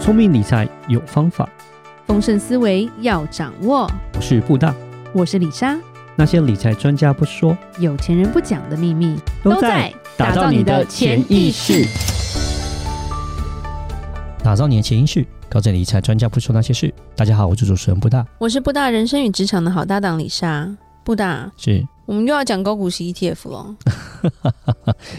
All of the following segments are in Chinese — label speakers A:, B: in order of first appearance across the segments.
A: 聪明理财有方法，
B: 丰盛思维要掌握。
A: 我是布大。
B: 我是李莎，
A: 那些理财专家不说，
B: 有钱人不讲的秘密
A: 打造你的潜意识。，打造你的潜意识，告诉你理财专家不说那些事。大家好，我是主持人布大，
B: 我是布大人生与职场的好搭档李莎。布大，
A: 是
B: 我们又要讲高股息 ETF 了，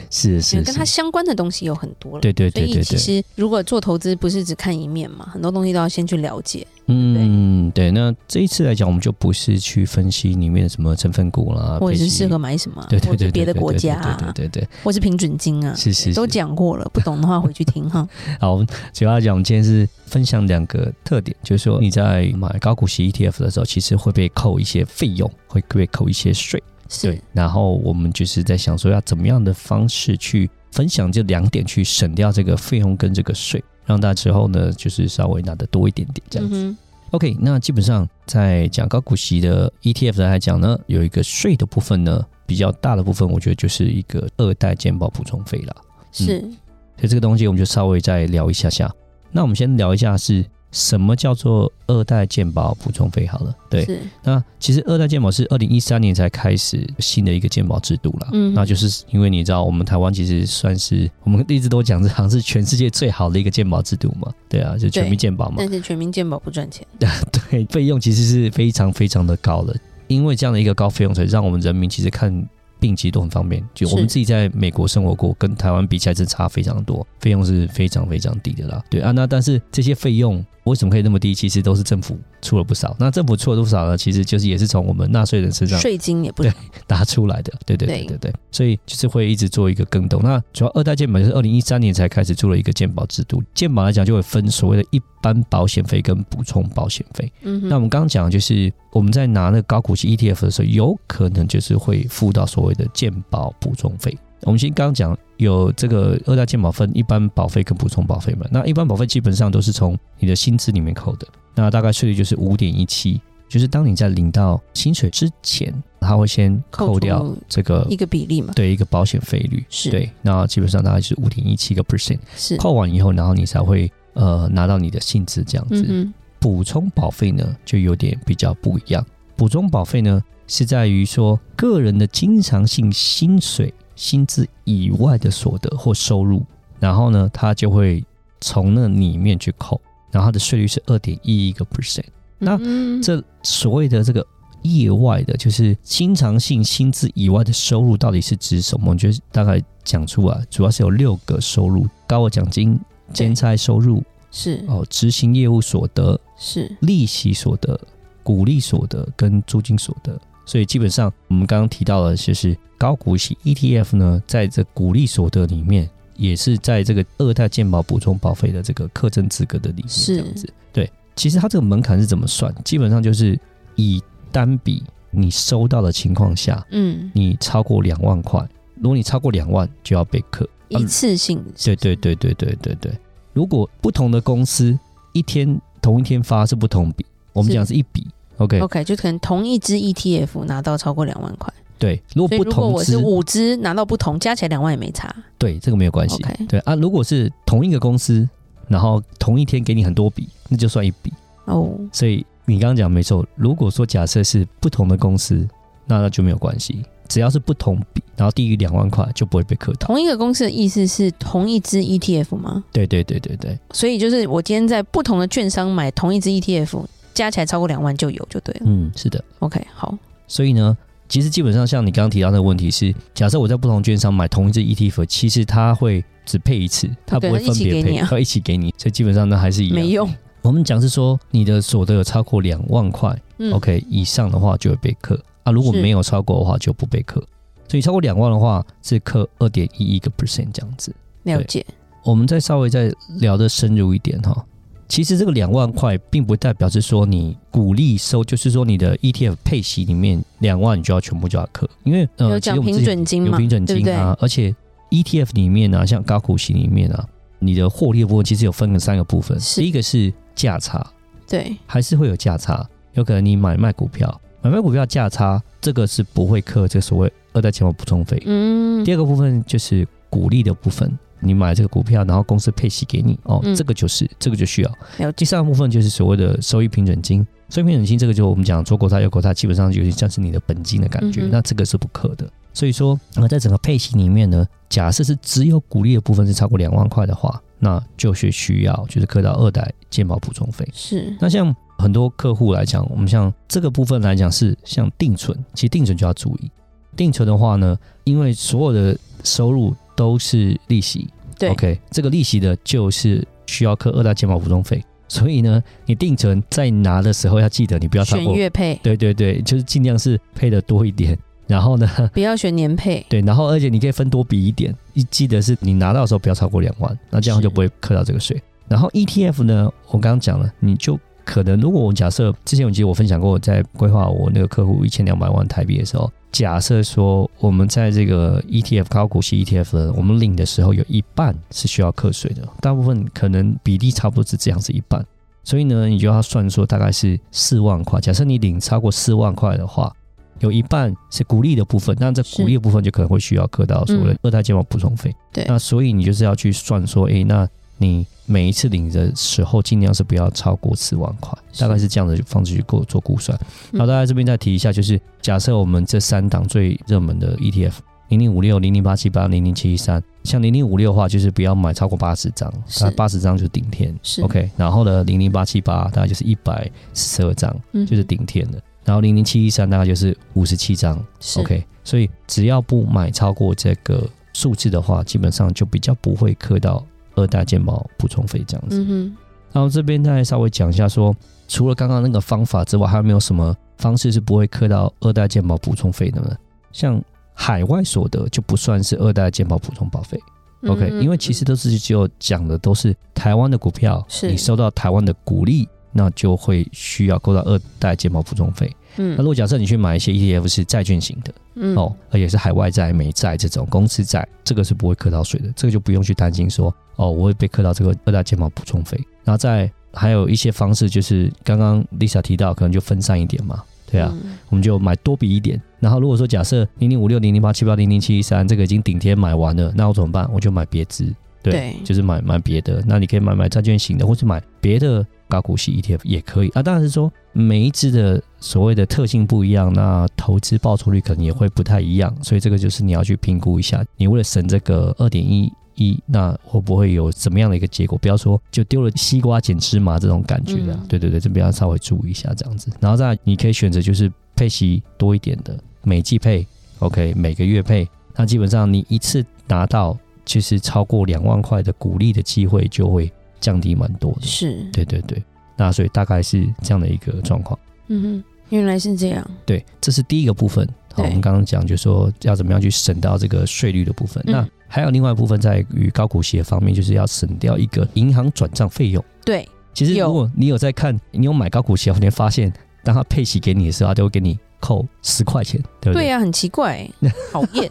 A: 是是
B: 跟它
A: 是，
B: 相关的东西有很多了。
A: 对对
B: 所
A: 对
B: 以
A: 对
B: 其
A: 对，
B: 实如果做投资，不是只看一面嘛，很多东西都要先去了解。
A: 嗯对。那这一次来讲，我们就不是去分析里面的什么成分股啦，
B: 或者
A: 配
B: 是
A: 息
B: 适合。买什么啊，
A: 对对
B: 或者
A: 对，
B: 是别的
A: 对
B: 国
A: 对
B: 家
A: 对
B: 啊，
A: 对对对对，
B: 或是平准金啊，
A: 是是是
B: 都讲过了。不懂的话回去听哈。
A: 好，主要来讲，我们今天是分享两个特点，就是说你在买高股息 ETF 的时候，其实会被扣一些费用，会被扣一些税。
B: 是
A: 对，，然后我们就是在想说，要怎么样的方式去分享这两点，去省掉这个费用跟这个税，让大家之后呢，就是稍微拿得多一点点这样
B: 嗯
A: 子。
B: 哼，
A: OK，那基本上在讲高股息的 ETF 来讲呢，有一个税的部分呢，比较大的部分，我觉得就是一个二代健保补充费啦。
B: 是
A: 所以这个东西我们就稍微再聊一下下。那我们先聊一下是什么叫做二代健保补充费好了。对，
B: 是，
A: 那其实二代健保是二零一三年才开始新的一个健保制度啦。
B: 嗯
A: 那就是因为你知道我们台湾其实算是我们一直都讲这好像是全世界最好的一个健保制度嘛，对啊，就全民健保嘛，
B: 但是全民健保不赚钱。
A: 对，费用其实是非常非常的高的，因为这样的一个高费用，才让我们人民其实看病其实都很方便。就是我们自己在美国生活过，跟台湾比起来真的差非常多，费用是非常非常低的啦。对啊，那但是这些费用为什么可以那么低？其实都是政府出了不少。那政府出了多少呢？其实就是也是从我们纳税人身上
B: 税金也不
A: 对打出来的，对对对
B: 对
A: 对对，所以就是会一直做一个更动。那主要二代健保就是二零一三年才开始做了一个健保制度，健保来讲就会分所谓的一般保险费跟补充保险费。
B: 嗯哼，
A: 那我们刚刚讲的就是我们在拿那个高股息 ETF 的时候，有可能就是会付到所谓的健保补充费。我们先刚刚讲有这个二代健保分一般保费跟补充保费嘛，那一般保费基本上都是从你的薪资里面扣的，那大概税率就是五点一七，就是当你在领到薪水之前，它会先扣掉
B: 除
A: 这个
B: 一个比例嘛，
A: 对一个保险费率，
B: 是嗯
A: 对，那基本上大概是五点一七个 percent，
B: 是，
A: 扣完以后，然后你才会呃拿到你的薪资这样子。
B: 嗯
A: 补充保费呢就有点比较不一样。补充保费呢是在于说个人的经常性薪水、薪资以外的所得或收入，然后呢，它就会从那里面去扣，然后它的税率是二点一一个 percent。
B: 哼，
A: 那
B: 嗯
A: 这所谓的这个业外的，就是经常性薪资以外的收入，到底是指什么？我觉得大概讲出来，主要是有六个收入：高额奖金、兼差收入、
B: 是
A: 哦，执行业务所得、
B: 是
A: 利息所得、股利所得跟租金所得。所以基本上我们刚刚提到的就是高股息 ETF 呢，在这股利所得里面，也是在这个二代健保补充保费的这个课征资格的里面，
B: 是
A: 这样子。对，其实它这个门槛是怎么算？基本上就是以单笔你收到的情况下，
B: 嗯，
A: 你超过两万块，如果你超过两万就要被课。
B: 一次性的
A: 嗯对对对对对对对。如果不同的公司一天同一天发是不同笔，我们
B: 是
A: 讲的是一笔。OK，
B: OK，就可能同一只 ETF 拿到超过两万块，
A: 对，如
B: 所
A: 果
B: 以
A: 不
B: 如果
A: 同
B: 我是
A: 支，
B: 五只拿到不同，加起来两万也没差。
A: 对这个没有关系。
B: OK
A: 对啊，如果是同一个公司，然后同一天给你很多笔，那就算一笔。
B: 哦，
A: 所以你刚刚讲没错。如果说假设是不同的公司，那那就没有关系，只要是不同笔，然后低于两万块就不会被课到。
B: 同一个公司的意思是同一只 ETF 吗？
A: 对对对对对，
B: 所以就是我今天在不同的券商买同一只 ETF，加起来超过两万就有，就对了。
A: 嗯，是的。
B: OK，好，
A: 所以呢，其实基本上像你刚刚提到那个问题是，假设我在不同券商买同一只 ETF，其实它会只配一次，它不
B: 对
A: 会
B: 它一
A: 分
B: 起
A: 别
B: 给
A: 配，
B: 你啊
A: 它会一起给你，所以基本上那还是一样。
B: 没用。
A: 我们讲是说你的所得有超过两万块、
B: 嗯
A: o k 以上的话就会被课啊，如果
B: 是
A: 没有超过的话就不被课。所以超过两万的话是课二点一一个 percent 这样子。
B: 了解。
A: 我们再稍微再聊得深入一点哈。其实这个两万块，并不代表是说你鼓励收，就是说你的 ETF 配息里面两万你就要全部就要课，因为呃，
B: 有
A: 其实
B: 讲
A: 我们之前
B: 平准金
A: 有
B: 嘛？
A: 平准金
B: 对
A: 啊，
B: 不对？
A: 而且 ETF 里面啊，像高股息里面啊，你的获利的部分其实有分成三个部分，
B: 是
A: 第一个是价差，
B: 对，
A: 还是会有价差，有可能你买卖股票，买卖股票价差这个是不会课这个所谓二代健保补充费，
B: 嗯，
A: 第二个部分就是股利的部分，你买这个股票，然后公司配息给你哦，
B: 嗯
A: 这个就是这个就需要。
B: 了解
A: 第三个部分就是所谓的收益平准金，收益平准金这个就我们讲左狗它右狗它，基本上有点像是你的本金的感觉，
B: 嗯哼
A: 那这个是不可的。所以说，呃，在整个配息里面呢，假设是只有股利的部分是超过两万块的话，那就是需要就是课到二代健保补充费。
B: 是
A: 那像很多客户来讲，我们像这个部分来讲是像定存，其实定存就要注意。定存的话呢，因为所有的收入都是利息，
B: 对
A: ，OK，这个利息的就是需要扣二大健保补充费，所以呢，你定存在拿的时候要记得你不要超
B: 选
A: 过，
B: 月配，
A: 对对对，就是尽量是配的多一点，然后呢，
B: 不要选年配，
A: 对，然后而且你可以分多笔一点，一记得是你拿到的时候不要超过两万，那这样
B: 是
A: 就不会扣到这个税。然后 ETF 呢，我刚刚讲了，你就可能如果我假设之前我记得我分享过，在规划我那个客户一千两百万台币的时候，假设说我们在这个 ETF 高股息 ETF 呢我们领的时候有一半是需要课税的，大部分可能比例差不多是这样，是一半。所以呢，你就要算说大概是四万块。假设你领超过四万块的话，有一半是鼓励的部分，那这
B: 是
A: 鼓励的部分就可能会需要课到所谓的
B: 嗯
A: 二代健保补充费。
B: 对
A: 那所以你就是要去算说，诶，那你每一次领的时候，尽量是不要超过四万块，
B: 是嗯
A: 大概是这样的方式去做做估算。好，大家这边再提一下，就是假设我们这三档最热门的 ETF。零零五六、零零八七八、零零七三，像零零五六的话，就是不要买超过八十张，
B: 是
A: 它八十张就顶天。
B: 是
A: OK，然后呢，零零八七八大概就是一百四十二张，
B: 嗯
A: 就是顶天的。然后零零七一三大概就是五十七张
B: 是
A: ，OK，所以只要不买超过这个数字的话，基本上就比较不会磕到二代健保补充费这样子。
B: 嗯哼，
A: 然后这边再稍微讲一下说，除了刚刚那个方法之外，还有没有什么方式是不会磕到二代健保补充费的呢？像海外所得就不算是二代健保补充保费，OK，
B: 嗯
A: 因为其实都是只有讲的都是台湾的股票，
B: 是
A: 你收到台湾的股利，那就会需要扣到二代健保补充费。那如
B: 嗯
A: 果假设你去买一些 ETF 是债券型的、
B: 嗯
A: 哦，而且是海外债、美债这种公司债，这个是不会扣到税的，这个就不用去担心说哦，我会被扣到这个二代健保补充费。然后再还有一些方式，就是刚刚 Lisa 提到，可能就分散一点嘛，对啊，，
B: 嗯
A: 我们就买多笔一点。然后如果说假设零零五六、零零八七八、零零七一三这个已经顶天买完了，那我怎么办？我就买别支，对，
B: 对
A: 就是买买别的。那你可以买买债券型的，或是买别的高股息 ETF 也可以啊。当然是说每一支的所谓的特性不一样，那投资报酬率可能也会不太一样，所以这个就是你要去评估一下，你为了省这个二点一。一那会不会有怎么样的一个结果？不要说就丢了西瓜捡芝麻这种感觉啊！
B: 嗯
A: 对对对，这边要稍微注意一下这样子。然后再来你可以选择就是配息多一点的，每季配，OK，每个月配。那基本上你一次拿到其实超过两万块的股利的机会就会降低蛮多的。
B: 是，
A: 对对对，那所以大概是这样的一个状况。
B: 嗯哼，原来是这样，
A: 对，这是第一个部分。好，
B: 对
A: 我们刚刚讲就说要怎么样去省到这个税率的部分。
B: 嗯
A: 那还有另外一部分在于高股息的方面，就是要省掉一个银行转账费用。
B: 对，
A: 其实
B: 有
A: 如果你有在看，你有买高股息，你会发现当它配息给你的时候，它就会给你扣十块钱，对不
B: 对呀，啊很奇怪，欸 讨厌，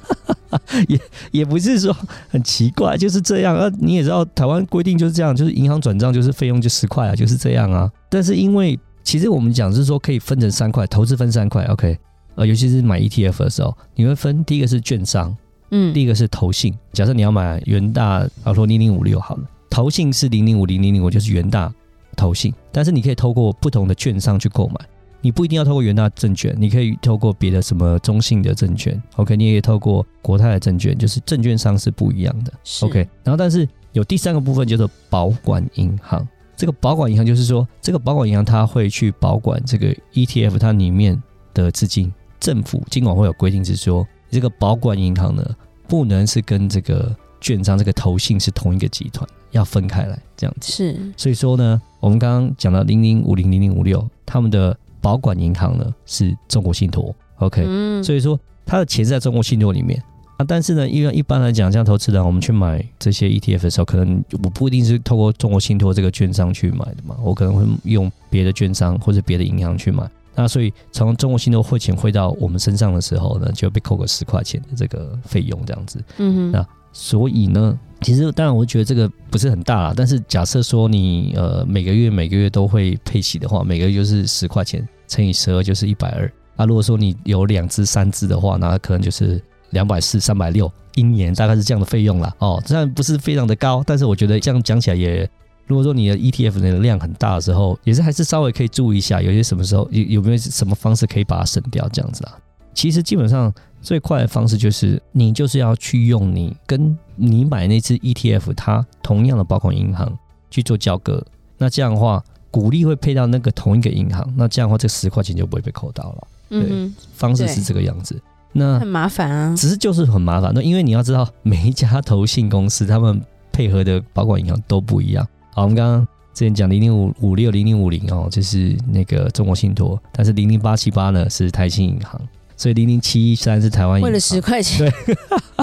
A: 也不是说很奇怪，就是这样啊。你也知道，台湾规定就是这样，就是银行转账就是费用就十块啊，就是这样啊。但是因为其实我们讲是说可以分成三块，投资分三块，OK。呃，尤其是买 ETF 的时候，你会分第一个是券商，
B: 嗯
A: 第一个是投信。假设你要买元大，啊，说零零五六好了，投信是零零五零零零五，就是元大投信。但是你可以透过不同的券商去购买，你不一定要透过元大证券，你可以透过别的什么中信的证券，OK，你也可以透过国泰的证券，就是证券商是不一样的
B: 是
A: ，OK。然后但是有第三个部分叫做保管银行，这个保管银行就是说，这个保管银行它会去保管这个 ETF 它里面的资金。政府金管会有规定是说，这个保管银行呢不能是跟这个券商这个投信是同一个集团，要分开来这样子。
B: 是，
A: 所以说呢，我们刚刚讲到零零五零零零五六，他们的保管银行呢是中国信托，OK，、
B: 嗯，
A: 所以说他的钱是在中国信托里面。啊，但是呢，因为一般来讲，像投资人我们去买这些 ETF 的时候，可能我不一定是透过中国信托这个券商去买的嘛，我可能会用别的券商或者别的银行去买。那所以从中国信托汇钱汇到我们身上的时候呢，就被扣个十块钱的这个费用这样子。
B: 嗯哼
A: 那，所以呢，其实当然我觉得这个不是很大啦，但是假设说你呃每个月每个月都会配息的话，每个月就是十块钱乘以十二就是一百二。啊，如果说你有两只三只的话，那可能就是两百四、三百六一年大概是这样的费用啦。哦，虽然不是非常的高，但是我觉得这样讲起来也，如果说你的 ETF 的量很大的时候，也是还是稍微可以注意一下，有些什么时候有有没有什么方式可以把它省掉这样子啦。其实基本上最快的方式就是你就是要去用你跟你买那只 ETF 它同样的保管银行去做交割，那这样的话股利会配到那个同一个银行，那这样的话这十块钱就不会被扣到了。
B: 嗯
A: 对
B: 哼，
A: 方式是这个样子。那
B: 很麻烦啊。
A: 只是就是很麻烦。那因为你要知道，每一家投信公司他们配合的保管银行都不一样。好，我们刚刚之前讲零零五五六、零零五零哦，就是那个中国信托，但是零零八七八呢是台信银行，所以零零七一三是台湾银
B: 为
A: 行，
B: 了十块钱，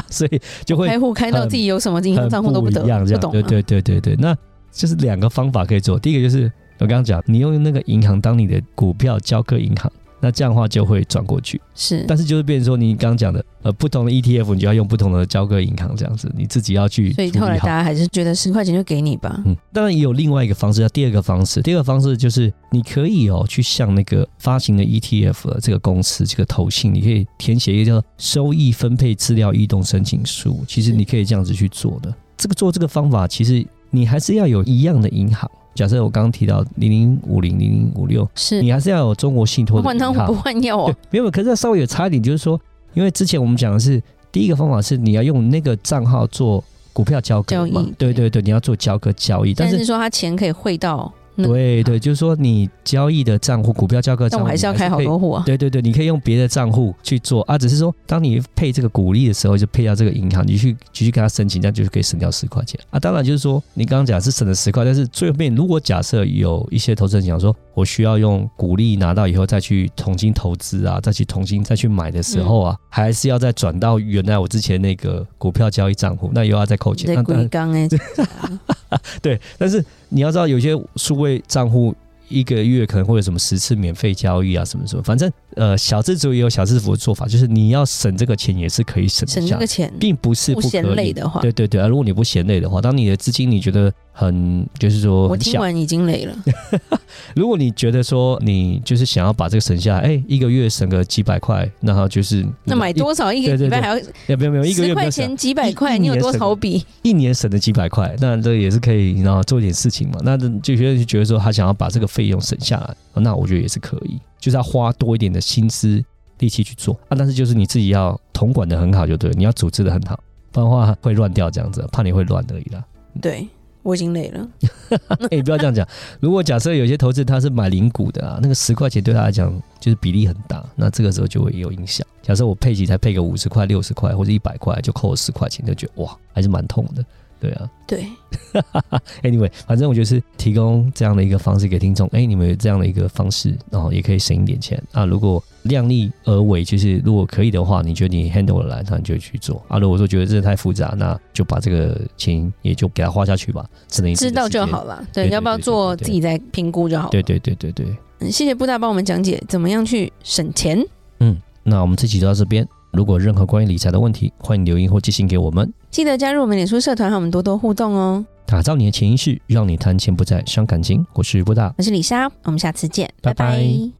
A: 所以就会
B: 开户开到自己有什么银
A: 啊很
B: 行账户都
A: 不
B: 不得
A: 一样，这
B: 不
A: 样
B: 懂
A: 对
B: 啊。
A: 对对对对，那就是两个方法可以做。第一个就是我刚刚讲，你用那个银行当你的股票交割银行，那这样的话就会转过去。
B: 啊是，
A: 但是就是变成说你刚刚讲的，呃，不同的 ETF 你就要用不同的交割银行这样子，你自己要去处
B: 所以
A: 理
B: 后来大
A: 好。
B: 家还是觉得十块钱就给你吧。
A: 嗯，当然也有另外一个方式，叫第二个方式。第二个方式就是你可以哦，去向那个发行的 ETF 的这个公司、这个投信，你可以填写一个叫收益分配资料异动申请书。其实你可以这样子去做的。这个做这个方法，其实你还是要有一样的银行。假设我刚刚提到零零五零、零零五六，
B: 是
A: 你，还是要有中国信托的
B: 换
A: 银
B: 汤
A: 行。
B: 不换药
A: 对
B: 哦。，
A: 没有，可是稍微有差一点，就是说，因为之前我们讲的是第一个方法是你要用那个账号做股票交割
B: 交
A: 嘛
B: 易
A: 对对对，你要做交割交易，但
B: 但
A: 是
B: 是说他钱可以汇到，那个
A: 对对，就是说你交易的账户，股票交割账
B: 但
A: 户，
B: 我还是要
A: 你
B: 开好
A: 可以
B: 多户啊。
A: 对对对，你可以用别的账户去做啊，只是说，当你配这个股利的时候，就配到这个银行，你去你去跟他申请，这样就可以省掉十块钱啊。当然就是说，你刚刚讲是省了十块，但是最后面如果假设有一些投资人讲说，我需要用股利拿到以后再去重新投资啊，再去重新再去买的时候啊，还是要再转到原来我之前那个股票交易账户，那又要再扣
B: 你
A: 钱。
B: 在
A: 那当
B: 鬼
A: 然
B: 刚哎，
A: 对，但是你要知道，有些数位账户一个月可能会有什么十次免费交易啊，什么什么，反正呃，小资族也有小资族的做法，就是你要省这个钱也是可以省
B: 省
A: 一
B: 这
A: 下
B: 个，钱，
A: 并不是
B: 不
A: 不
B: 嫌
A: 可
B: 累
A: 以。
B: 的话，
A: 对对对啊！如果你不嫌累的话，当你的资金你觉得很就是说
B: 我
A: 很
B: 听
A: 小，
B: 完已经 累了。
A: 如果你觉得说你就是想要把这个省下来，哎，一个月省个几百块，然后就是
B: 那买多少一个
A: 对对
B: 礼
A: 对
B: 拜还要
A: 也没有没有一个月
B: 十
A: 没
B: 块
A: 有省
B: 钱几百块，
A: 一
B: 你有
A: 一
B: 多
A: 年省
B: 少笔？
A: 一年省了几百块，那这也是可以，然后做一点事情嘛。那就觉得就觉得说他想要把这个费用省下来，那我觉得也是可以，就是要花多一点的心思力气去做啊。但是就是你自己要统管的很好就对了，你要组织的很好，不然的话会乱掉这样子，怕你会乱而已啦。
B: 对我已经累了，
A: 哎、不要这样讲。如果假设有些投资他是买零股的啊，那个十块钱对他来讲就是比例很大，那这个时候就会有影响。假设我配齐才配个五十块、六十块或者一百块，就扣我十块钱，就觉得哇，还是蛮痛的。对啊，
B: 对，
A: Anyway，反正我就是提供这样的一个方式给听众。哎、你们有这样的一个方式，然、后也可以省一点钱啊。如果量力而为，就是如果可以的话，你觉得你 handle 得来，那你就去做啊。如果说觉得这太复杂，那就把这个钱也就给它花下去吧，只能一次
B: 知
A: 的
B: 道
A: 时间
B: 就好。了。
A: 对
B: 对，
A: 对
B: 要不要
A: 对对
B: 做
A: 对
B: 自己再评估就好了。
A: 对对对对对。
B: 嗯，谢谢布大帮我们讲解怎么样去省钱。
A: 那我们这期就到这边。如果有任何关于理财的问题，欢迎留言或寄信给我们。
B: 记得加入我们脸书社团，和我们多多互动哦。
A: 打造你的潜意识，让你谈钱不再伤感情。我是布大，
B: 我是李莎，我们下次见，
A: 拜拜
B: 拜拜